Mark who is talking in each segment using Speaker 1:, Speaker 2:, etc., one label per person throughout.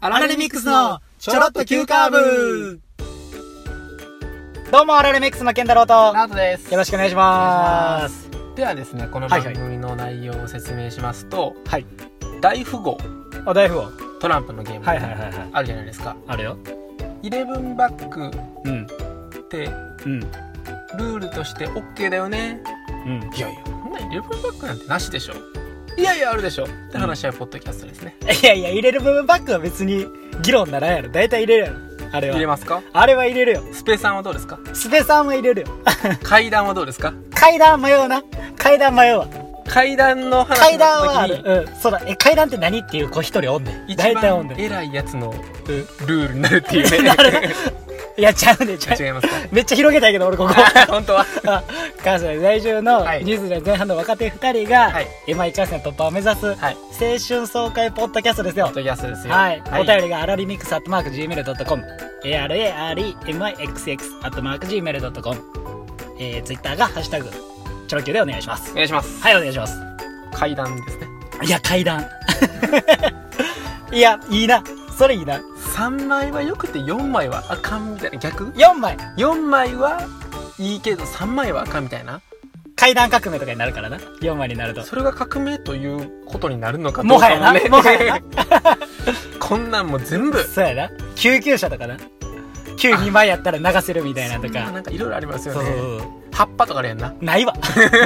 Speaker 1: アラレミックスのちょろっと急カーブ
Speaker 2: どうも、アラレミックスの健太郎と、
Speaker 1: ナートです
Speaker 2: よろしくお願いします。
Speaker 1: ではですねこの
Speaker 2: はい
Speaker 1: 番
Speaker 2: はい
Speaker 1: 組の内容を説明しますと、
Speaker 2: はい
Speaker 1: 大富豪
Speaker 2: お大富豪。
Speaker 1: トランプのゲーム
Speaker 2: はいはいはいはい。
Speaker 1: あるじゃないですか
Speaker 2: あるよ。
Speaker 1: イレブンバックっ
Speaker 2: うん。
Speaker 1: て
Speaker 2: うん。
Speaker 1: ルールとして OK だよね
Speaker 2: うん。
Speaker 1: いやいやそんなイレブンバックなんてなしでしょいやいやあるでしょって話はポッドキャストですね、
Speaker 2: いやいや、入れる部分バックは別に議論ならんやろ。大体入れるやろ。あれ
Speaker 1: 入れ
Speaker 2: は。
Speaker 1: ますか
Speaker 2: あれは入れるよ。
Speaker 1: スペさんはどうですか
Speaker 2: スペさんは入れるよ。
Speaker 1: 階段はどうですか
Speaker 2: 階段迷うな。階段迷うわ。
Speaker 1: 階段の話
Speaker 2: 階
Speaker 1: の
Speaker 2: 段はあ
Speaker 1: 時に
Speaker 2: る。うん。そうだ。え、階段って何っていう子一人おんねん。
Speaker 1: 一
Speaker 2: 大体おん
Speaker 1: 番
Speaker 2: ねん。
Speaker 1: 偉いやつの
Speaker 2: うん
Speaker 1: ルールになるって いうね
Speaker 2: いや、ちゃうねん、ちゃう
Speaker 1: 違いますか
Speaker 2: めっちゃ広げたいけど、俺ここ。
Speaker 1: 本当は
Speaker 2: あ関西在住の
Speaker 1: はい
Speaker 2: 20代前半の若手2人が、
Speaker 1: はい
Speaker 2: M1 チャンスの突破を目指す、
Speaker 1: はい
Speaker 2: 青春爽快ポッドキャストです
Speaker 1: ポ
Speaker 2: よ
Speaker 1: ッ。ドキャストですよ
Speaker 2: はい、お便りがアラリミックスアットマーク Gmail.com、ARAREMIXX アットマーク Gmail.com、えー、Twitter がハッシュタグ、チョロ Q でお願いしま
Speaker 1: お
Speaker 2: す。
Speaker 1: 願いします
Speaker 2: はい、お願いします。
Speaker 1: 階段ですね
Speaker 2: いや、階段。 いや、いいな。それいいな。
Speaker 1: 3枚はよくて4枚はあかんみたいな逆
Speaker 2: 4枚、
Speaker 1: 4枚はいいけど3枚はあかんみたいな
Speaker 2: 階段革命とかになるからな。4枚になると。
Speaker 1: それが革命ということになるのかど
Speaker 2: も
Speaker 1: うか
Speaker 2: はや
Speaker 1: も
Speaker 2: な
Speaker 1: ね。
Speaker 2: もはや
Speaker 1: こんなんもう全部
Speaker 2: な。そうやな。救急車とかな。急2枚やったら流せるみたいなと
Speaker 1: そんな
Speaker 2: か。
Speaker 1: なんかいろいろあります
Speaker 2: そうそ
Speaker 1: よ
Speaker 2: う
Speaker 1: ね
Speaker 2: そう。
Speaker 1: 葉っぱとかあるやんな
Speaker 2: な いわ。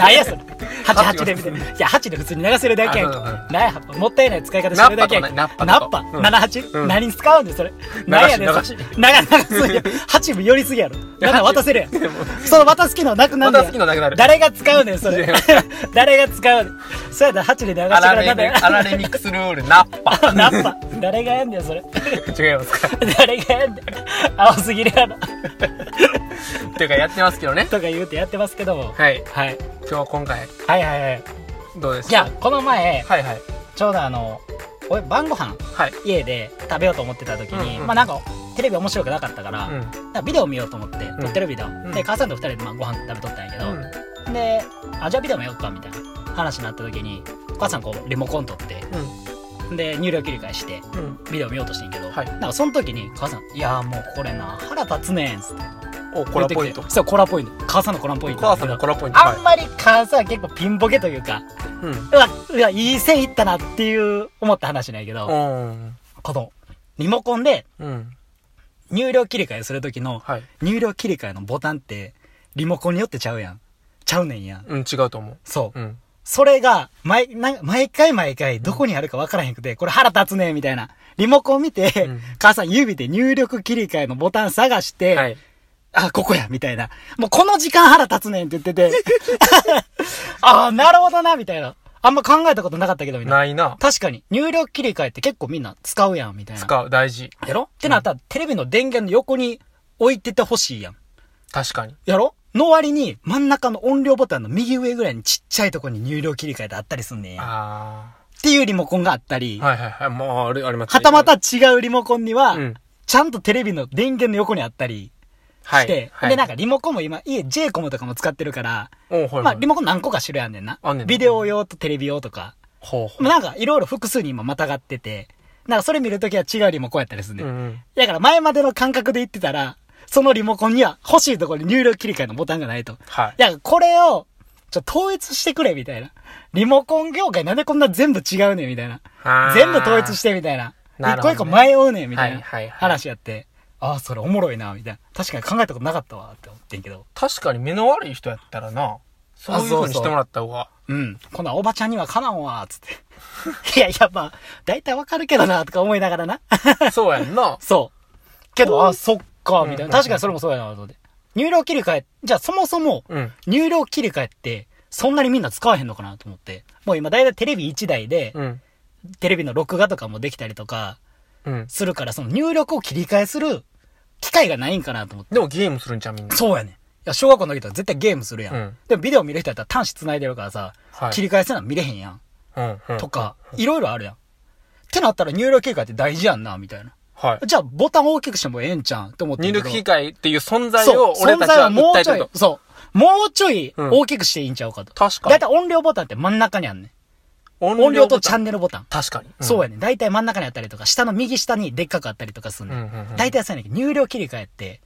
Speaker 2: ないやそれ。8、8でみたいな。いや、8で普通に流せるだけやんけ
Speaker 1: あそうそう。
Speaker 2: ないやもったいない使い方
Speaker 1: ナ
Speaker 2: す
Speaker 1: ッ
Speaker 2: るだ
Speaker 1: パ
Speaker 2: けや
Speaker 1: とかね
Speaker 2: んけ。
Speaker 1: ナッパ
Speaker 2: ナッ
Speaker 1: と
Speaker 2: パ
Speaker 1: かうん
Speaker 2: ?7-8?
Speaker 1: うん
Speaker 2: 何に使うんだよ、それ。
Speaker 1: 流し
Speaker 2: なんやねん、それ
Speaker 1: 流し。
Speaker 2: 長い、長すぎる。8も寄りすぎやろ。
Speaker 1: や
Speaker 2: 7渡せるやん。その渡す機能なく
Speaker 1: ま
Speaker 2: なんね
Speaker 1: た
Speaker 2: ん
Speaker 1: 好きのなくなる
Speaker 2: 誰が使うねん、そ
Speaker 1: 違い
Speaker 2: れ
Speaker 1: ま。
Speaker 2: 誰が使うねん。そうやったら8で流してか
Speaker 1: アラ
Speaker 2: ら
Speaker 1: レミ
Speaker 2: 7
Speaker 1: アラレミックスルールナッパ
Speaker 2: ナッパ。誰がやんねん、それ。
Speaker 1: 違いますか
Speaker 2: 誰がやんねん。青すぎるやろ。
Speaker 1: っていうかやってますけどね
Speaker 2: とか言うてやってますけども。
Speaker 1: はい
Speaker 2: はい。
Speaker 1: 今日今回
Speaker 2: はいはいはい。
Speaker 1: どうですか
Speaker 2: いや、この前、
Speaker 1: はいはい
Speaker 2: ちょうどあの、俺、晩ご飯
Speaker 1: はい
Speaker 2: 家で食べようと思ってた時に、
Speaker 1: うんうん
Speaker 2: まあなんかテレビ面白くなかったから,、
Speaker 1: うん
Speaker 2: ビデオ見ようと思って
Speaker 1: ん
Speaker 2: 撮ってるビデオ、
Speaker 1: ん
Speaker 2: で母さんと二人でまあご飯食べとったんやけど、
Speaker 1: うん
Speaker 2: であじゃあビデオ見ようかみたいな話になった時に母さんこうリモコン取ってで入力切り替えして
Speaker 1: うんうん
Speaker 2: ビデオ見ようとしてんけど、
Speaker 1: はい
Speaker 2: なんかその時に母さん「いやーもうこれな腹立つねん」っつって
Speaker 1: おコラポイン
Speaker 2: 言って
Speaker 1: ト
Speaker 2: きてそうコラポイント母さんのコラポイント
Speaker 1: 母さんのコラポイント
Speaker 2: あん
Speaker 1: は
Speaker 2: まり母さんは結構ピンボケというか
Speaker 1: いうん
Speaker 2: うわうわいい線いったなっていう思った話なんやけど、
Speaker 1: うん
Speaker 2: このリモコンで
Speaker 1: うん
Speaker 2: 入力切り替えする時の
Speaker 1: はい
Speaker 2: 入力切り替えのボタンってリモコンによってちゃうやんちゃうねんやん
Speaker 1: うん違うと思う
Speaker 2: そう、
Speaker 1: うん
Speaker 2: それが毎な毎回毎回どこにあるかわからへんくてこれ腹立つねみたいなリモコン見て、
Speaker 1: ん
Speaker 2: 母さん指で入力切り替えのボタン探して、
Speaker 1: はい
Speaker 2: あここやみたいなもうこの時間腹立つねんって 言っててああなるほどなみたいなあんま考えたことなかったけどみたいな
Speaker 1: ないな
Speaker 2: 確かに入力切り替えって結構みんな使うやんみたいな
Speaker 1: 使う大事
Speaker 2: やろってなったら、テレビの電源の横に置いててほしいやん。
Speaker 1: 確かに
Speaker 2: やろの割に、真ん中の音量ボタンの右上ぐらいにちっちゃいとこに入力切り替えてあったりすんねんや。っ
Speaker 1: あ
Speaker 2: ていうリモコンがあったり、
Speaker 1: あはいはいはいもうあれあります
Speaker 2: はたまた違うリモコンには、
Speaker 1: うん
Speaker 2: ちゃんとテレビの電源の横にあったり
Speaker 1: は
Speaker 2: し
Speaker 1: い
Speaker 2: て、
Speaker 1: はい
Speaker 2: で、なんかリモコンも今、家 J コムとかも使ってるから、
Speaker 1: おはいはい
Speaker 2: まあ、リモコン何個か種類あんねんな
Speaker 1: あんねんな
Speaker 2: ビデオ用とテレビ用とか。
Speaker 1: ほうほう
Speaker 2: まあなんか、いろいろ複数に今またがってて、なんかそれ見るときは違うリモコンやったりすんねん
Speaker 1: うんうん
Speaker 2: だから前までの感覚で言ってたら、そのリモコンには欲しいところに入力切り替えのボタンがないと。
Speaker 1: はい
Speaker 2: だからこれを、ちょ、統一してくれ、みたいな。リモコン業界なんでこんな全部違うねん、みたいな。
Speaker 1: あー
Speaker 2: 全部統一して、みたいな。
Speaker 1: な
Speaker 2: 一
Speaker 1: るほ
Speaker 2: 個
Speaker 1: ど
Speaker 2: 一個迷うねん、みたい
Speaker 1: は
Speaker 2: ない
Speaker 1: はいはい
Speaker 2: 話やって。ああ、それおもろいな、みたいな。確かに考えたことなかったわ、って思ってんけど。
Speaker 1: 確かに目の悪い人やったらなそういう風にしてもらった方が
Speaker 2: うん。こんなんおばちゃんにはかなわんわ、つって。い やいや、まあ、だいたいわかるけどな、とか思いながらな。
Speaker 1: そうやん な
Speaker 2: そう。けど、あ、そっか、
Speaker 1: ん
Speaker 2: みたいな。確かにそれもそうやな、と思って。入力切り替え、じゃあそもそも、
Speaker 1: うん
Speaker 2: 入力切り替えって、そんなにみんな使わへんのかなと思って。もう今、だいたいテレビ1台で、
Speaker 1: うん
Speaker 2: テレビの録画とかもできたりとか、
Speaker 1: うん
Speaker 2: するから、その入力を切り替えする機会がないんかなと思って。
Speaker 1: でもゲームするんじゃんみんな
Speaker 2: そうやねん。いや、小学校の時とか絶対ゲームするやん。
Speaker 1: うん
Speaker 2: でもビデオ見る人やったら端子繋いでるからさ、
Speaker 1: はい
Speaker 2: 切り替えせな見れへんやん。
Speaker 1: うんうん
Speaker 2: とか、いろいろあるやん。ってなったら入力切り替えって大事やんな、みたいな。
Speaker 1: はい
Speaker 2: じゃあボタン大きくしてもええんちゃうんって思って
Speaker 1: 入
Speaker 2: んけど
Speaker 1: 力機械っていう存在
Speaker 2: そう
Speaker 1: を俺たちは
Speaker 2: 存在はも
Speaker 1: 訴
Speaker 2: う
Speaker 1: え
Speaker 2: ちょ
Speaker 1: て
Speaker 2: い
Speaker 1: ると。
Speaker 2: そう。もうちょい
Speaker 1: うん
Speaker 2: 大きくしていいんちゃうかと。
Speaker 1: 確かに
Speaker 2: だいたい音量ボタンって真ん中にあんねん。音量とチャンネルボタン。
Speaker 1: 確かに。
Speaker 2: そう
Speaker 1: や。
Speaker 2: やねん。大体真ん中にあったりとか、下の右下にでっかくあったりとかすん
Speaker 1: う
Speaker 2: ね。
Speaker 1: んうんんうん。
Speaker 2: 大体そうやねんけど、入力切り替えって、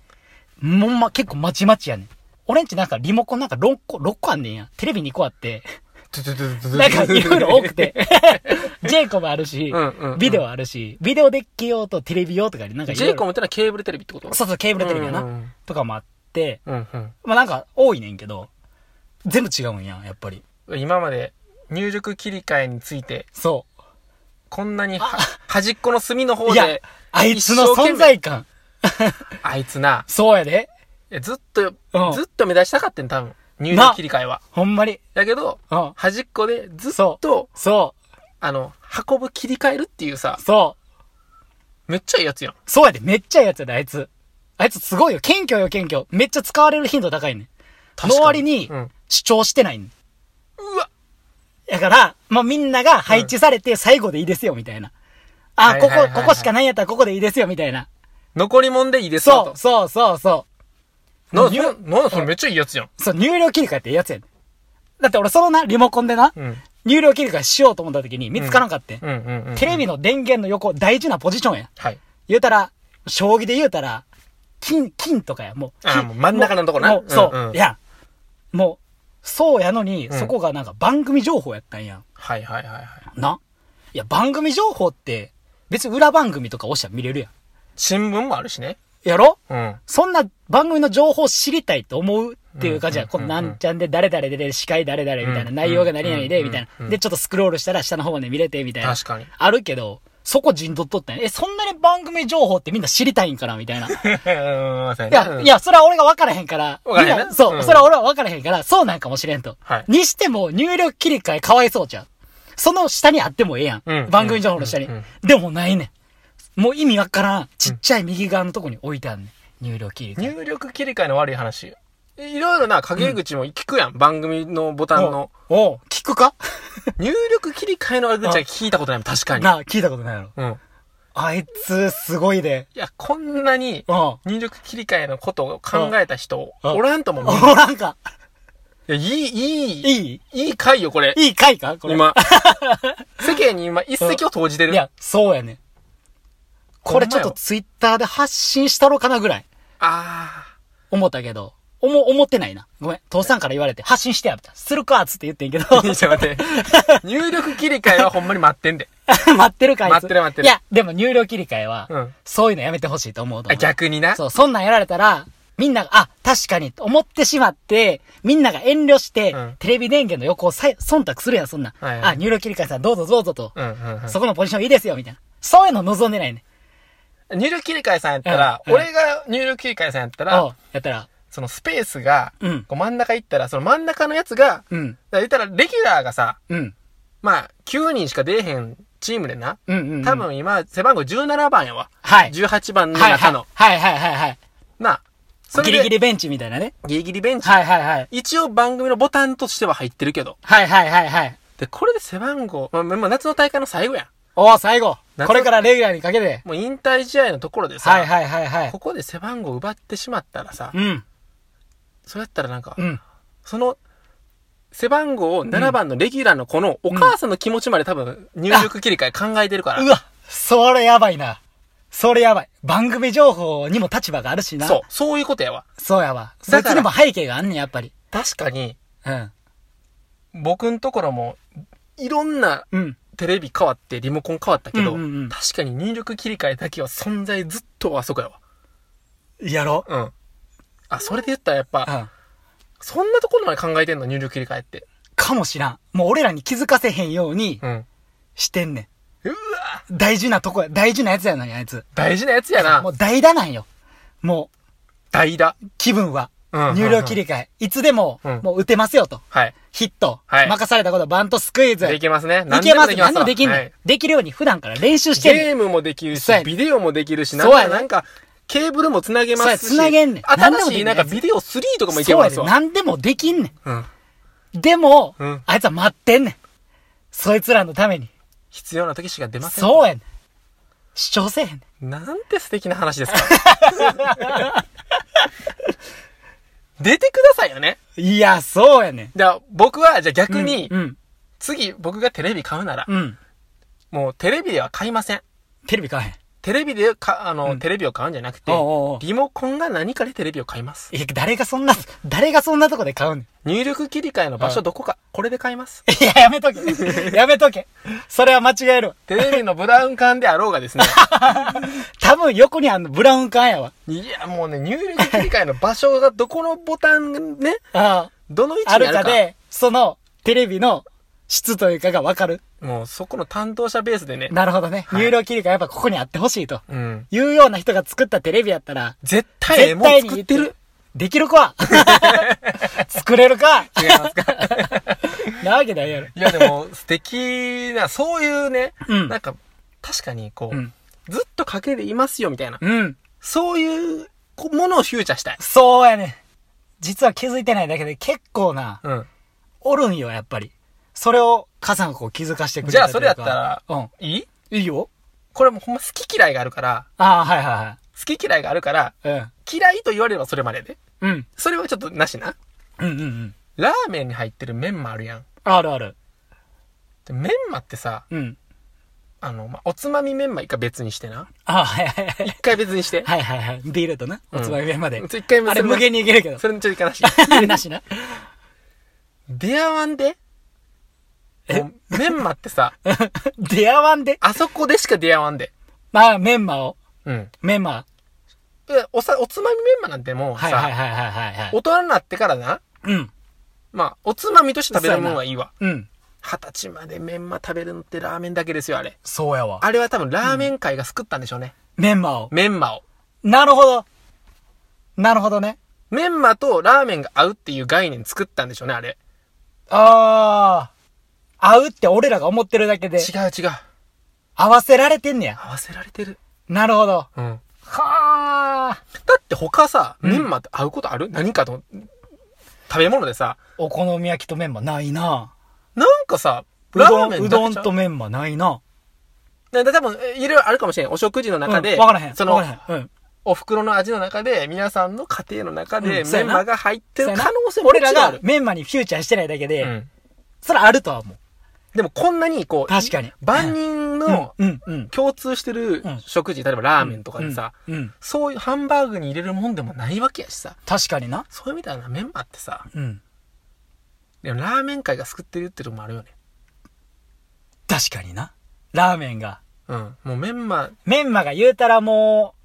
Speaker 2: もうま、結構まちまちやねん。俺んちなんかリモコンなんか6個、6個あんねんや。テレビ2個あって、なんかいろいろ多くて。ジェイコムあるし
Speaker 1: うんうんう、ん
Speaker 2: ビデオあるし、ビデオデッキ用とテレビ用とかになんか い
Speaker 1: ジ
Speaker 2: ろい
Speaker 1: ェ
Speaker 2: ろ
Speaker 1: イコムってのはケーブルテレビってこと
Speaker 2: そうそう、ケーブルテレビや
Speaker 1: うんうんう。
Speaker 2: なんとかもあって、
Speaker 1: うんうん。
Speaker 2: まあなんか多いねんけど、全部違うんや、やっぱり。
Speaker 1: 今まで入力切り替えについて、
Speaker 2: そ
Speaker 1: こんなには端っこの隅の
Speaker 2: う。
Speaker 1: 方
Speaker 2: いや
Speaker 1: で、、
Speaker 2: あいつの存在感。
Speaker 1: あいつな、
Speaker 2: そうやで。
Speaker 1: いやずっと、
Speaker 2: うん
Speaker 1: ずっと目指したかってん、多分。入
Speaker 2: な
Speaker 1: 力切り替えは。
Speaker 2: ほんまに。
Speaker 1: だけど、
Speaker 2: うん。
Speaker 1: 端っこでずっ
Speaker 2: そ
Speaker 1: と、
Speaker 2: う。そ
Speaker 1: あの、運ぶ切り替えるっていうさ
Speaker 2: う。、そう。
Speaker 1: めっちゃいいやつやん。
Speaker 2: そうやで。めっちゃいいやつやで、あいつ。あいつすごいよ。謙虚よ、謙虚。めっちゃ使われる頻度高いねん。
Speaker 1: 確かに
Speaker 2: の割に
Speaker 1: うん、
Speaker 2: 主張してないねん。
Speaker 1: うわ
Speaker 2: だから、まあ、みんなが配置されて最後でいいですよ、みたいな。
Speaker 1: は
Speaker 2: あ、
Speaker 1: い
Speaker 2: こ
Speaker 1: はいはい
Speaker 2: こ、
Speaker 1: はい
Speaker 2: ここしかないんやったらここでいいですよ、みたいな。
Speaker 1: 残りもんでいいです
Speaker 2: そ
Speaker 1: よ
Speaker 2: う、そう、そう、そ
Speaker 1: と。な、
Speaker 2: 入
Speaker 1: な、なんだそれめっちゃいいやつやん。
Speaker 2: う。そう、入力切り替えってやつやねん。だって俺そのな、リモコンでな、
Speaker 1: うん。
Speaker 2: 入力切り替えしようと思った時に見つからんかってん。
Speaker 1: うんうんうん。
Speaker 2: テレビの電源の横、大事なポジションや。
Speaker 1: はい。
Speaker 2: 言うたら、将棋で言うたら、金、金とかや、もう。
Speaker 1: あー
Speaker 2: 金
Speaker 1: もう真ん中のとこな
Speaker 2: もうもうそう、
Speaker 1: うんうん
Speaker 2: いや、もう、そうやのに、
Speaker 1: ん
Speaker 2: そこがなんか番組情報やったんや。
Speaker 1: はいはいはいはい。
Speaker 2: な。いや、番組情報って、別に裏番組とか押したら見れるやん。
Speaker 1: 新聞もあるしね。
Speaker 2: やろ
Speaker 1: うん。
Speaker 2: そんな番組の情報知りたいと思うっていう感じや。
Speaker 1: うん
Speaker 2: このなんちゃんで誰々で、司会誰々みたいな、
Speaker 1: うん
Speaker 2: 内容が何々で、みたい
Speaker 1: うん
Speaker 2: な。
Speaker 1: うん
Speaker 2: で、ちょっとスクロールしたら下の方まで見れて、みたいな。
Speaker 1: 確かに
Speaker 2: あるけど、そこ陣取っとったんや。え、そんなに番組情報ってみんな知りたいんかなみた い な。
Speaker 1: い
Speaker 2: いや、い、や、それは俺が分からへんから。
Speaker 1: 分からへんな
Speaker 2: みなそう、
Speaker 1: うん
Speaker 2: それは俺は分からへんから、そうなんかもしれんと。
Speaker 1: はい
Speaker 2: にしても、入力切り替えかわいそうじゃん。その下にあってもええやん。
Speaker 1: うん
Speaker 2: 番組情報の下に、
Speaker 1: うんうん
Speaker 2: でもないねん。もう意味わからん。ちっちゃい右側のとこに置いてあんねん。入力切り替え。
Speaker 1: 入力切り替えの悪い話。いろいろな陰口も聞くやん。番組のボタンの。
Speaker 2: おう聞くか
Speaker 1: 入力切り替えの悪口は聞いたことないもん、確かに。
Speaker 2: なあ、聞いたことないやろ。
Speaker 1: うん。
Speaker 2: あいつ、すごいで。
Speaker 1: いや、こんなに
Speaker 2: うん。お
Speaker 1: 入力切り替えのことを考えた人、
Speaker 2: うん
Speaker 1: おらんと思う。い
Speaker 2: なんか、
Speaker 1: や、いい、いい、
Speaker 2: いい
Speaker 1: いい回よ、これ。
Speaker 2: いい回かこれ。
Speaker 1: 今。 世間に今一石を投じてる。
Speaker 2: いや、そうやねん。これち
Speaker 1: ほ
Speaker 2: ょっと
Speaker 1: んまよ
Speaker 2: ツイッターで発信したろかなぐらい。
Speaker 1: あ
Speaker 2: 思ったけど、思、思ってないな。ごめん。父さんから言われて、発信してや、みたいな。するかっつって言ってん けど。
Speaker 1: あ。ちょっと待って。入力切り替えはほんまに待ってんで。
Speaker 2: 待ってるか、あいつ
Speaker 1: 待ってる待ってる
Speaker 2: いや、でも入力切り替えは、
Speaker 1: うん
Speaker 2: そういうのやめてほしいと思うと
Speaker 1: あ
Speaker 2: 思う。
Speaker 1: 逆にな。
Speaker 2: そう、そんなんやられたら、みんなが、あ、確かに、と思ってしまって、みんなが遠慮して、
Speaker 1: うん
Speaker 2: テレビ電源の横をさ忖度するやん、そんなん。
Speaker 1: はいはい
Speaker 2: あ、入力切り替えさん、どうぞどうぞと、
Speaker 1: うんうんうん。
Speaker 2: そこのポジションいいですよ、みたいな。そういうの望んでないね。
Speaker 1: 入力切り替えさんやったら、
Speaker 2: うんうん
Speaker 1: 俺が入力切り替えさんやったら、
Speaker 2: おうやったら、
Speaker 1: そのスペースが、
Speaker 2: うん
Speaker 1: こう真ん中行ったら、その真ん中のやつが、だ
Speaker 2: う
Speaker 1: か
Speaker 2: ん、
Speaker 1: ら言ったらレギュラーがさ、
Speaker 2: うん、
Speaker 1: まあ、9人しか出えへんチームでな、
Speaker 2: うん、うんうん。
Speaker 1: 多、分今、背番号17番やわ。
Speaker 2: はい。
Speaker 1: 18番の
Speaker 2: はい、
Speaker 1: 中
Speaker 2: はい、
Speaker 1: の。
Speaker 2: はい、はい、はいはい。
Speaker 1: な、それ
Speaker 2: ギ
Speaker 1: で
Speaker 2: リギ。リベンチみたいなね。
Speaker 1: ギリギリベンチ。
Speaker 2: はい、はい、はい。
Speaker 1: 一応番組のボタンとしては入ってるけど。
Speaker 2: はいはいはいはい。
Speaker 1: で、これで背番号、まあ、まあ夏の大会の最後や
Speaker 2: おー、最後。
Speaker 1: 夏
Speaker 2: これからレギュラーにかけて。
Speaker 1: ん。もう引退試合のところでさ、
Speaker 2: はいはいはいはい。
Speaker 1: ここで背番号奪ってしまったらさ、
Speaker 2: うん。
Speaker 1: そうやったらなんか、
Speaker 2: うん。
Speaker 1: その、背番号を7番のレギュラーの子のお母さんの気持ちまで多分入力切り替え考えてるから。
Speaker 2: うわ、それやばいな。それやばい。番組情報にも立場があるしな。
Speaker 1: そう、そういうことやわ。
Speaker 2: う。そうやわ。そ
Speaker 1: だ
Speaker 2: い
Speaker 1: から
Speaker 2: つにも背景があんねん、やっぱり。
Speaker 1: 確かに、
Speaker 2: うん。
Speaker 1: 僕んところも、いろんな
Speaker 2: うん。
Speaker 1: テレビ変わってリモコン変わったけど、
Speaker 2: うんうんうん
Speaker 1: 確かに入力切り替えだけは存在ずっとあそこやわ。
Speaker 2: やろ。
Speaker 1: うん。あ、それで言ったらやっ
Speaker 2: う
Speaker 1: ぱ、
Speaker 2: ん。
Speaker 1: そんなところまで考えてんの入力切り替えって。
Speaker 2: かもしらん。もう俺らに気づかせへんように
Speaker 1: うん。
Speaker 2: してんね
Speaker 1: うわ
Speaker 2: ん。大事なとこや、大事なやつやのに、あいつ。
Speaker 1: 大事なやつやな
Speaker 2: も。う代打なんよ。も
Speaker 1: 代打。
Speaker 2: う、気分は。
Speaker 1: うん
Speaker 2: 入力切り替え。いつでも
Speaker 1: うん、
Speaker 2: もう打てますよと。
Speaker 1: はい。
Speaker 2: ヒット。
Speaker 1: はい
Speaker 2: 任されたこと、バント、スクイズ。
Speaker 1: できますね。
Speaker 2: いけます、何で
Speaker 1: わ
Speaker 2: もできんねん、
Speaker 1: はい
Speaker 2: できるように普段から練習してんねん。
Speaker 1: ゲームもできる
Speaker 2: そうやね
Speaker 1: し、ビデオもできるし、
Speaker 2: そ
Speaker 1: な
Speaker 2: うんやね
Speaker 1: か、なんか、ケーブルもつなげま
Speaker 2: そうや
Speaker 1: すし、
Speaker 2: 繋げんねん
Speaker 1: 新
Speaker 2: 何でもでき
Speaker 1: し
Speaker 2: る
Speaker 1: い、
Speaker 2: や
Speaker 1: な
Speaker 2: つ
Speaker 1: んか、ビデオ3とかもいけ
Speaker 2: そうや
Speaker 1: ます
Speaker 2: で、
Speaker 1: わ。
Speaker 2: 何でもできんね
Speaker 1: うん。
Speaker 2: ん。でも、
Speaker 1: うん
Speaker 2: あいつは待ってんねん。そいつらのために。
Speaker 1: 必要な時しか出ません。
Speaker 2: そうやねん。主張せえへんねん。
Speaker 1: なんて素敵な話で すか。出てくださいよね。
Speaker 2: いや、そうやねん。
Speaker 1: じゃあ、僕は、じゃあ逆に
Speaker 2: う、ん。
Speaker 1: 次僕がテレビ買うなら、
Speaker 2: うん。
Speaker 1: もうテレビでは買いません。
Speaker 2: テレビ買わへん。
Speaker 1: テレビでか、あの、
Speaker 2: うん
Speaker 1: テレビを買うんじゃなくて、
Speaker 2: おうおうおう
Speaker 1: リモコンが何かでテレビを買います。
Speaker 2: いや、誰がそんな、誰がそんなとこで買うねん。
Speaker 1: 入力切り替えの場
Speaker 2: う
Speaker 1: 所
Speaker 2: ん
Speaker 1: どこか、これで買います。
Speaker 2: いや、や めとけ。やめとけ。それは間違えるわ。
Speaker 1: テレビのブラウン管であろうがですね。
Speaker 2: 多分横にあのブラウン管やわ。
Speaker 1: いや、もうね、入力切り替えの場所がどこのボタンがね、
Speaker 2: あ
Speaker 1: どの位置
Speaker 2: あ
Speaker 1: に
Speaker 2: る
Speaker 1: ある
Speaker 2: か
Speaker 1: か。
Speaker 2: で、その、テレビの質というかがわかる。
Speaker 1: もうそこの担当者ベースでね。
Speaker 2: なるほどね。
Speaker 1: い
Speaker 2: 入力切り替えやっぱここにあってほしいと。
Speaker 1: うん。
Speaker 2: いうような人が作ったテレビやったら、
Speaker 1: 絶対ええもん作ってる。
Speaker 2: でき るか作れるか
Speaker 1: 違いますか
Speaker 2: なわけないやろ。
Speaker 1: いやでも、素敵な、そういうね、
Speaker 2: うん
Speaker 1: なんか、確かにこう、
Speaker 2: うん。
Speaker 1: ずっとかけていますよみたいな。
Speaker 2: うん。
Speaker 1: そういうこものをフューチャーしたい。
Speaker 2: そうやね。実は気づいてないだけで結構な、
Speaker 1: うん。
Speaker 2: おるんよ、やっぱり。それを、母さんがこう気づかしてくれた
Speaker 1: じゃあ
Speaker 2: と
Speaker 1: そ
Speaker 2: いう
Speaker 1: れや
Speaker 2: か
Speaker 1: ったら、
Speaker 2: うん。
Speaker 1: いい
Speaker 2: いいよ。
Speaker 1: これもうほんま好き嫌いがあるから、
Speaker 2: ああ、はいは
Speaker 1: 好き嫌いがあるから、
Speaker 2: いはい。
Speaker 1: 嫌いと言われればそれまでで。
Speaker 2: うん。うん。
Speaker 1: それはちょっとなしな。
Speaker 2: うんうんうん。
Speaker 1: ラーメンに入ってるメンマあるやん。
Speaker 2: あるある。
Speaker 1: でメンマってさ、
Speaker 2: うん。
Speaker 1: あの、まあ、おつまみメンマ一回別にしてな。
Speaker 2: ああ、はいはいはい。
Speaker 1: 一回別にして。
Speaker 2: はいはいはい。ビールとな、おつまみまで。
Speaker 1: うん一回目
Speaker 2: あれ
Speaker 1: それ
Speaker 2: 無限にいけるけど。
Speaker 1: それのちょいかな し。
Speaker 2: なしな。
Speaker 1: 出会わんで
Speaker 2: え
Speaker 1: もうメンマってさ、
Speaker 2: 出会わんで。
Speaker 1: あそこでしか出会わんで。
Speaker 2: まあ、メンマを。
Speaker 1: うん。
Speaker 2: メンマ。
Speaker 1: でおさ、おつまみメンマなんてもうさ、
Speaker 2: はいはいはいはいはいはい。
Speaker 1: 大人になってからな、
Speaker 2: うん。
Speaker 1: まあ、おつまみとして食べるもんはいいわ。
Speaker 2: うん。
Speaker 1: 二十歳までメンマ食べるのってラーメンだけですよ、あれ。
Speaker 2: そうやわ。
Speaker 1: あれは多分ラーメン界が救ったんでしょうね。
Speaker 2: メンマを。
Speaker 1: メンマを。
Speaker 2: なるほど。なるほどね。
Speaker 1: メンマとラーメンが合うっていう概念作ったんでしょうね、あれ。
Speaker 2: ああ。合うって俺らが思ってるだけで、
Speaker 1: 違う違う。
Speaker 2: 合わせられてんねや。
Speaker 1: 合わせられてる。
Speaker 2: なるほど。
Speaker 1: うん。
Speaker 2: はあ。
Speaker 1: だって他さ、メンマって合うことある、何かと、食べ物でさ、
Speaker 2: お好み焼きとメンマないな。
Speaker 1: なんかさ、
Speaker 2: う
Speaker 1: ラ
Speaker 2: ど
Speaker 1: ー
Speaker 2: ん、
Speaker 1: メン
Speaker 2: う
Speaker 1: だけちゃ
Speaker 2: どんとメンマないな。
Speaker 1: だから多分、えいろいろあるかもしれん。お食事の中で、
Speaker 2: うんわからへん。
Speaker 1: そ
Speaker 2: わ
Speaker 1: の、
Speaker 2: からへん。うん。
Speaker 1: お袋の味の中で、皆さんの家庭の中で、
Speaker 2: うんそ
Speaker 1: メ
Speaker 2: うや
Speaker 1: ン
Speaker 2: な
Speaker 1: マが入ってる
Speaker 2: そうやな
Speaker 1: 可能性も
Speaker 2: 俺
Speaker 1: ちろ
Speaker 2: ら
Speaker 1: んあ
Speaker 2: が
Speaker 1: る。
Speaker 2: メンマにフューチャーしてないだけで、
Speaker 1: うん。
Speaker 2: それあるとは思う。
Speaker 1: でもこんなに、こう、
Speaker 2: 確かに
Speaker 1: 万人の
Speaker 2: うん、うん。
Speaker 1: 共通してる
Speaker 2: うん
Speaker 1: 食事、例えばラーメンとかでさ、
Speaker 2: うん。うん。
Speaker 1: そういうハンバーグに入れるもんでもないわけやしさ、
Speaker 2: 確かにな。
Speaker 1: そういうみたいなメンマってさ、
Speaker 2: うん。
Speaker 1: でもラーメン界が救ってるってとこもあるよね。
Speaker 2: 確かにな。ラーメンが。
Speaker 1: うん。もうメンマ、
Speaker 2: メンマが言うたらもう、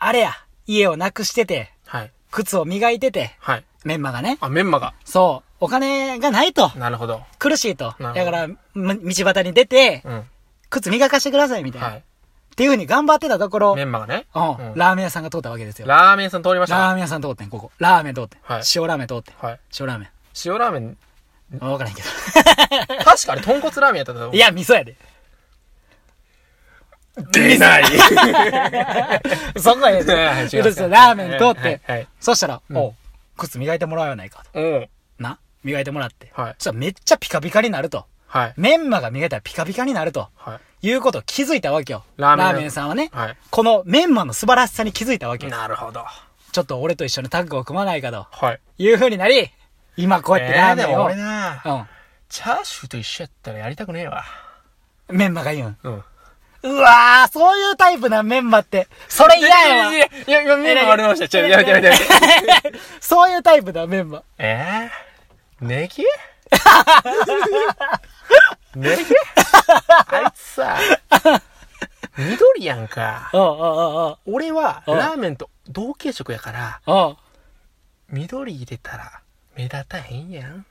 Speaker 2: あれや、家をなくしてて、
Speaker 1: はい。
Speaker 2: 靴を磨いてて、
Speaker 1: はい。
Speaker 2: メンマがね。
Speaker 1: あ、メンマが。
Speaker 2: そう。お金がないと。
Speaker 1: なるほど。
Speaker 2: 苦しいと。
Speaker 1: なるほど
Speaker 2: だから、む道端に出て、
Speaker 1: うん。
Speaker 2: 靴磨かしてください、みたいな。
Speaker 1: は
Speaker 2: っていう風に頑張ってたところ、
Speaker 1: い。メンマがね。
Speaker 2: うん、ラーメン屋さんが通ったわけですよ。
Speaker 1: ラーメン屋さん通りました。
Speaker 2: ラーメン屋さん通ってん、ここ。ラーメン通ってん。
Speaker 1: はい
Speaker 2: 塩ラーメン通ってん。
Speaker 1: はい。
Speaker 2: 塩ラーメン。
Speaker 1: 塩ラーメン、
Speaker 2: わからへんけど。
Speaker 1: 確かあれ豚骨ラーメンやったと思う
Speaker 2: い、や、味噌やで。
Speaker 1: 出ない
Speaker 2: そこがええで。
Speaker 1: はい違います
Speaker 2: そうですラーメン通っ
Speaker 1: はい
Speaker 2: て
Speaker 1: はいはい。
Speaker 2: そしたら、
Speaker 1: ん
Speaker 2: おう靴磨いてもらおうやないかと。
Speaker 1: おう
Speaker 2: な磨いてもらって。
Speaker 1: はい
Speaker 2: そしたらめっちゃピカピカになると。
Speaker 1: はい。
Speaker 2: メンマが磨いたらピカピカになると。
Speaker 1: は
Speaker 2: いうことを気づいたわけよ。
Speaker 1: ラーメン
Speaker 2: さんはね。
Speaker 1: はい
Speaker 2: このメンマの素晴らしさに気づいたわけ
Speaker 1: い。
Speaker 2: よ。
Speaker 1: なるほど。
Speaker 2: ちょっと俺と一緒にタッグを組まないかと。
Speaker 1: はい。
Speaker 2: いう風になり、今こうやってラーメン
Speaker 1: えでも
Speaker 2: を、
Speaker 1: 俺な、チャーシューと一緒やったらやりたくねえわ。
Speaker 2: うん。メンマが言うん。
Speaker 1: うん。
Speaker 2: うわー、そういうタイプなメンマって、それ嫌やわ。
Speaker 1: いやいやいや、メンマ割れました。ちょ、やめてやめてやめて。
Speaker 2: そういうタイプだ、メンマ。
Speaker 1: えぇネ ギネギあいつさ、緑やんか。
Speaker 2: うんうんうんうん。
Speaker 1: 俺は、
Speaker 2: うん
Speaker 1: ラーメンと同系色やから、
Speaker 2: うん。
Speaker 1: 緑入れたら、目立たへんやん。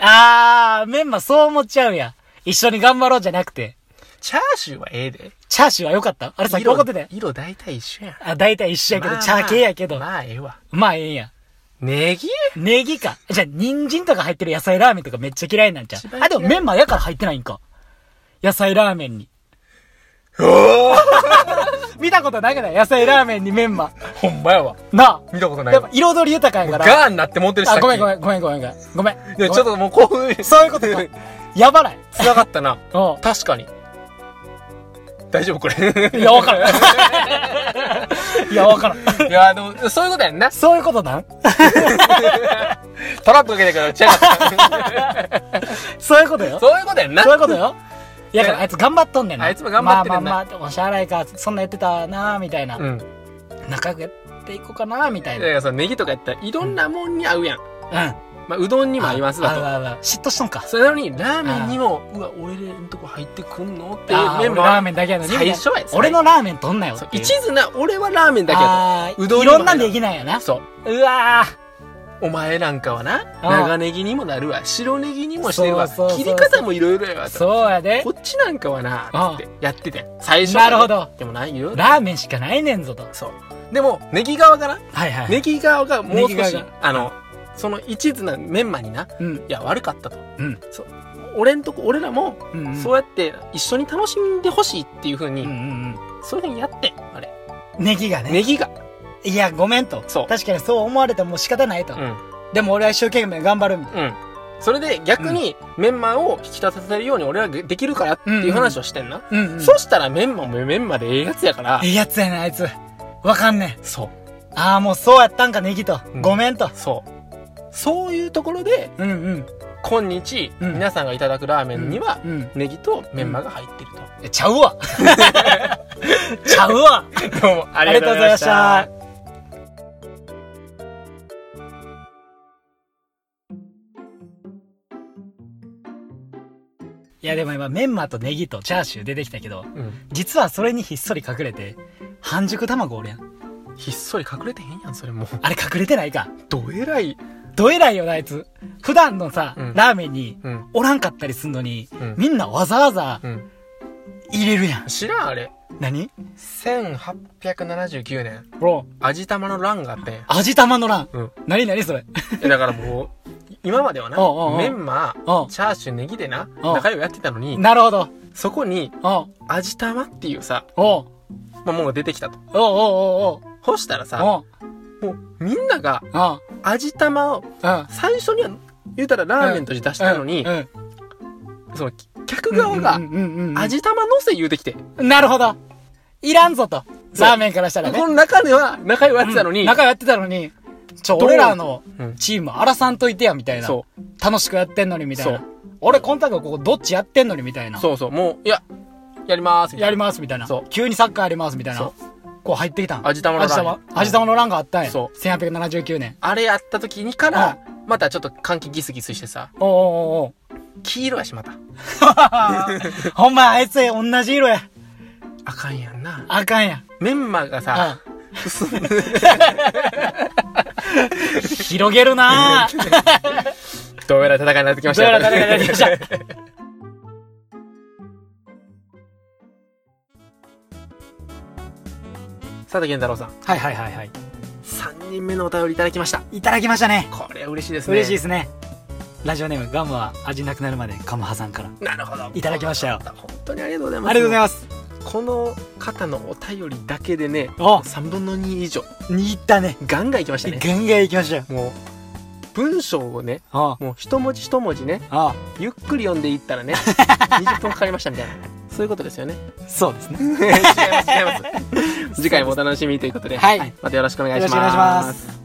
Speaker 2: あー、メンマそう思っちゃうやん。一緒に頑張ろうじゃなくて。
Speaker 1: チャーシューはええで。
Speaker 2: チャーシューは良かったあれさっき怒ってたよ。
Speaker 1: 色大体一緒やん。
Speaker 2: あ、大体一緒やけど、
Speaker 1: まあ
Speaker 2: チャー系やけど。
Speaker 1: まあええわ。
Speaker 2: まあええや
Speaker 1: ネギ
Speaker 2: ん。ネギか。じゃあ、人参とか入ってる野菜ラーメンとかめっちゃ嫌いなんちゃ
Speaker 1: 一
Speaker 2: う。
Speaker 1: 番
Speaker 2: あ、でもメンマやから入ってないんか。野菜ラーメンに。
Speaker 1: お
Speaker 2: 見たことないから、野菜ラーメンにメンマ。
Speaker 1: ほんまやわ。
Speaker 2: な
Speaker 1: 見たこと
Speaker 2: あ。
Speaker 1: ない
Speaker 2: やっぱ
Speaker 1: わ。
Speaker 2: 彩り豊かやから。
Speaker 1: ガーになって持ってるし
Speaker 2: あ、ごめんご
Speaker 1: ん。
Speaker 2: めんごめんごめんごめん。ごめん。
Speaker 1: いや
Speaker 2: ごめん
Speaker 1: ちょっともう興奮。
Speaker 2: そういうことか。やばない。
Speaker 1: つながったな。
Speaker 2: おう
Speaker 1: 確かに。大丈夫これ。
Speaker 2: いや、わからん。い や、わからん。
Speaker 1: いや、あの、そういうことやんな。
Speaker 2: そういうことなん
Speaker 1: トラップかけたから、ちゃ かった。
Speaker 2: そういうことよ。
Speaker 1: そういうことやんな。
Speaker 2: そういうことよ。いや、だからあいつ頑張っとんねんな。
Speaker 1: あいつも頑張ってるんだ
Speaker 2: まあまあまあ、おしゃあないか、そんなやってたなみたいな。
Speaker 1: うん。
Speaker 2: 仲良くやっていこうかなみたい
Speaker 1: だ
Speaker 2: な。
Speaker 1: か
Speaker 2: うん。
Speaker 1: らさ、ネギとかやったらいろんなもんに合うやん。
Speaker 2: あ
Speaker 1: まあ、うどんにも合います
Speaker 2: あ
Speaker 1: わ
Speaker 2: あああ嫉妬しとんか
Speaker 1: と。。それなのに、ラーメンにも、うわ、俺らのとこ入ってくんのっていう
Speaker 2: あ
Speaker 1: 面
Speaker 2: ー
Speaker 1: も
Speaker 2: ラー
Speaker 1: ある。
Speaker 2: メンだけやのに。
Speaker 1: 最初はやつ
Speaker 2: 俺のラーメンとんなよ
Speaker 1: そ
Speaker 2: っ
Speaker 1: う
Speaker 2: ていう。
Speaker 1: 一途な、俺はラーメンだけや
Speaker 2: あー
Speaker 1: うどん
Speaker 2: い
Speaker 1: にも
Speaker 2: ろんなんできないよな
Speaker 1: と。。そう。
Speaker 2: うわ
Speaker 1: お前なんかはな、
Speaker 2: あ
Speaker 1: 長ネギにもなるわ、白ネギにもしてるわ、
Speaker 2: そうそうそう
Speaker 1: 切り方もいろいろやわ
Speaker 2: ー
Speaker 1: と。
Speaker 2: そうやで
Speaker 1: こ。っちなんかはな、
Speaker 2: あ
Speaker 1: つってやってて。最初
Speaker 2: なるほど。
Speaker 1: でもないよ。
Speaker 2: ラーメンしかないねんぞと。
Speaker 1: そう。でも、ネギ側がな、
Speaker 2: はいは
Speaker 1: ネギ側がもう
Speaker 2: ネギ
Speaker 1: 少
Speaker 2: 側
Speaker 1: し
Speaker 2: が、
Speaker 1: あの、その一途なメンマにな、
Speaker 2: うん。
Speaker 1: いや、悪かったと。
Speaker 2: うん。
Speaker 1: 俺んとこ、俺らも、
Speaker 2: うんうん。
Speaker 1: そうやって一緒に楽しんでほしいっていう風
Speaker 2: うんう
Speaker 1: に、
Speaker 2: ん
Speaker 1: そういう風にやってん、あれ。
Speaker 2: うん。ネギがね。
Speaker 1: ネギが。
Speaker 2: いや、ごめんと。
Speaker 1: そう
Speaker 2: 確かにそう思われても仕方ないと。
Speaker 1: うん。
Speaker 2: でも俺は一生懸命頑張るみ
Speaker 1: う
Speaker 2: たい
Speaker 1: ん。それで逆に、メンマを引き立たせるように俺らができるからっていう話をしてんな。
Speaker 2: な。うん、うん。
Speaker 1: そしたらメンマもメンマでええやつやから
Speaker 2: え、えやつやねんあいつ。わかんねん。
Speaker 1: そう、
Speaker 2: ああ、もうそうやったんか、ネギと。
Speaker 1: うん
Speaker 2: ごめんと。
Speaker 1: そう。そういうところで、
Speaker 2: うんうん。
Speaker 1: 今日、
Speaker 2: うん
Speaker 1: 皆さんがいただくラーメンには
Speaker 2: う、ん。
Speaker 1: ネギとメンマが入ってる
Speaker 2: えちゃうわ。 ちゃうわ。
Speaker 1: と。 どうもあ
Speaker 2: ありがとうございました。。いやでも今メンマとネギとチャーシュー出てきたけど
Speaker 1: うん。
Speaker 2: 実はそれにひっそり隠れて半熟卵おるやん
Speaker 1: ひっそり隠れてへんやん、それもう。
Speaker 2: あれ隠れてないか
Speaker 1: どえらい。
Speaker 2: どえらいよなあいつ普段のさ、
Speaker 1: うん
Speaker 2: ラーメンに
Speaker 1: うん。
Speaker 2: おらんかったりすんのに、
Speaker 1: うん
Speaker 2: みんなわざわざ
Speaker 1: うん。
Speaker 2: 入れるやん
Speaker 1: 知らん、あれ。
Speaker 2: 何
Speaker 1: 1879年、
Speaker 2: ロ
Speaker 1: 味玉の乱があってんや。
Speaker 2: 味玉の欄、
Speaker 1: うん
Speaker 2: 何何それ
Speaker 1: えだからもう、今まではな
Speaker 2: おうおうお、う
Speaker 1: メンマ
Speaker 2: おう、
Speaker 1: チャーシュー、ネギでな、
Speaker 2: おう
Speaker 1: 仲良くやってたのに、
Speaker 2: なるほど
Speaker 1: そこに、
Speaker 2: おう
Speaker 1: 味玉っていうさ、
Speaker 2: おう
Speaker 1: まあ、ものが出てきたと。
Speaker 2: おうおうおう
Speaker 1: ほしたらさ、
Speaker 2: おう
Speaker 1: もうみんなが
Speaker 2: おう
Speaker 1: 味玉を
Speaker 2: うん
Speaker 1: 最初には言うたらラーメンとして出したのに、
Speaker 2: うんうん
Speaker 1: その客側が
Speaker 2: うんうんうんうんうん
Speaker 1: 味玉のせ言うてきて、
Speaker 2: なるほどいらんぞと
Speaker 1: そう
Speaker 2: ラーメンからしたらね
Speaker 1: この中では仲良いやつなのに、
Speaker 2: うん仲やってたのにちょ
Speaker 1: どう
Speaker 2: 俺らの
Speaker 1: うん
Speaker 2: チーム荒さんといてやみたいな
Speaker 1: そ
Speaker 2: 楽しくやってんのにみたいな
Speaker 1: そう
Speaker 2: 俺コンタクトここどっちやってんのにみたいな
Speaker 1: そうそう、もう、いや、やりまーすみた
Speaker 2: や
Speaker 1: い
Speaker 2: り
Speaker 1: な。
Speaker 2: ますみたいな
Speaker 1: そう
Speaker 2: 急にサッカーやりますみたいな
Speaker 1: そ
Speaker 2: こう入ってきたん
Speaker 1: 味玉の
Speaker 2: 味
Speaker 1: ラーメン
Speaker 2: 玉味玉の欄があったんや
Speaker 1: そ
Speaker 2: 1879年
Speaker 1: あれやった時にから、またちょっと換気ギスギスしてさ、
Speaker 2: おうおうおう おう
Speaker 1: 黄色やしまた。
Speaker 2: ほんまあいつ同じ色や
Speaker 1: あかんやんな。
Speaker 2: あかんや
Speaker 1: メンマがさ、
Speaker 2: うん広げるな ぁ
Speaker 1: どうやら戦いになってきました
Speaker 2: どう
Speaker 1: よ
Speaker 2: やら誰かやり ました
Speaker 1: さて、健太郎さん、
Speaker 2: はいはいはいはい
Speaker 1: 3人目のお便りいただきました。
Speaker 2: いただきましたね
Speaker 1: これは嬉しいですね。
Speaker 2: 嬉しいですねラジオネームガムは味なくなるまでカムハさんからあり
Speaker 1: なるほど。
Speaker 2: いただきましたよ
Speaker 1: 本当にありがとうございます。
Speaker 2: がとうございます
Speaker 1: この方のお便りだけでね
Speaker 2: お
Speaker 1: 3分の2以上
Speaker 2: にいった ね
Speaker 1: ガンガンいきましたね
Speaker 2: ガンガンいきましたよ
Speaker 1: もう文章をね
Speaker 2: あ
Speaker 1: もう一文字一文字ね
Speaker 2: あ
Speaker 1: ゆっくり読んでいった らね20分かかりましたみたいなそういうことですよね
Speaker 2: そうですね
Speaker 1: 違います違います次回もお楽しみということで、
Speaker 2: はい
Speaker 1: またよろしくお願いします
Speaker 2: よろしくお願いします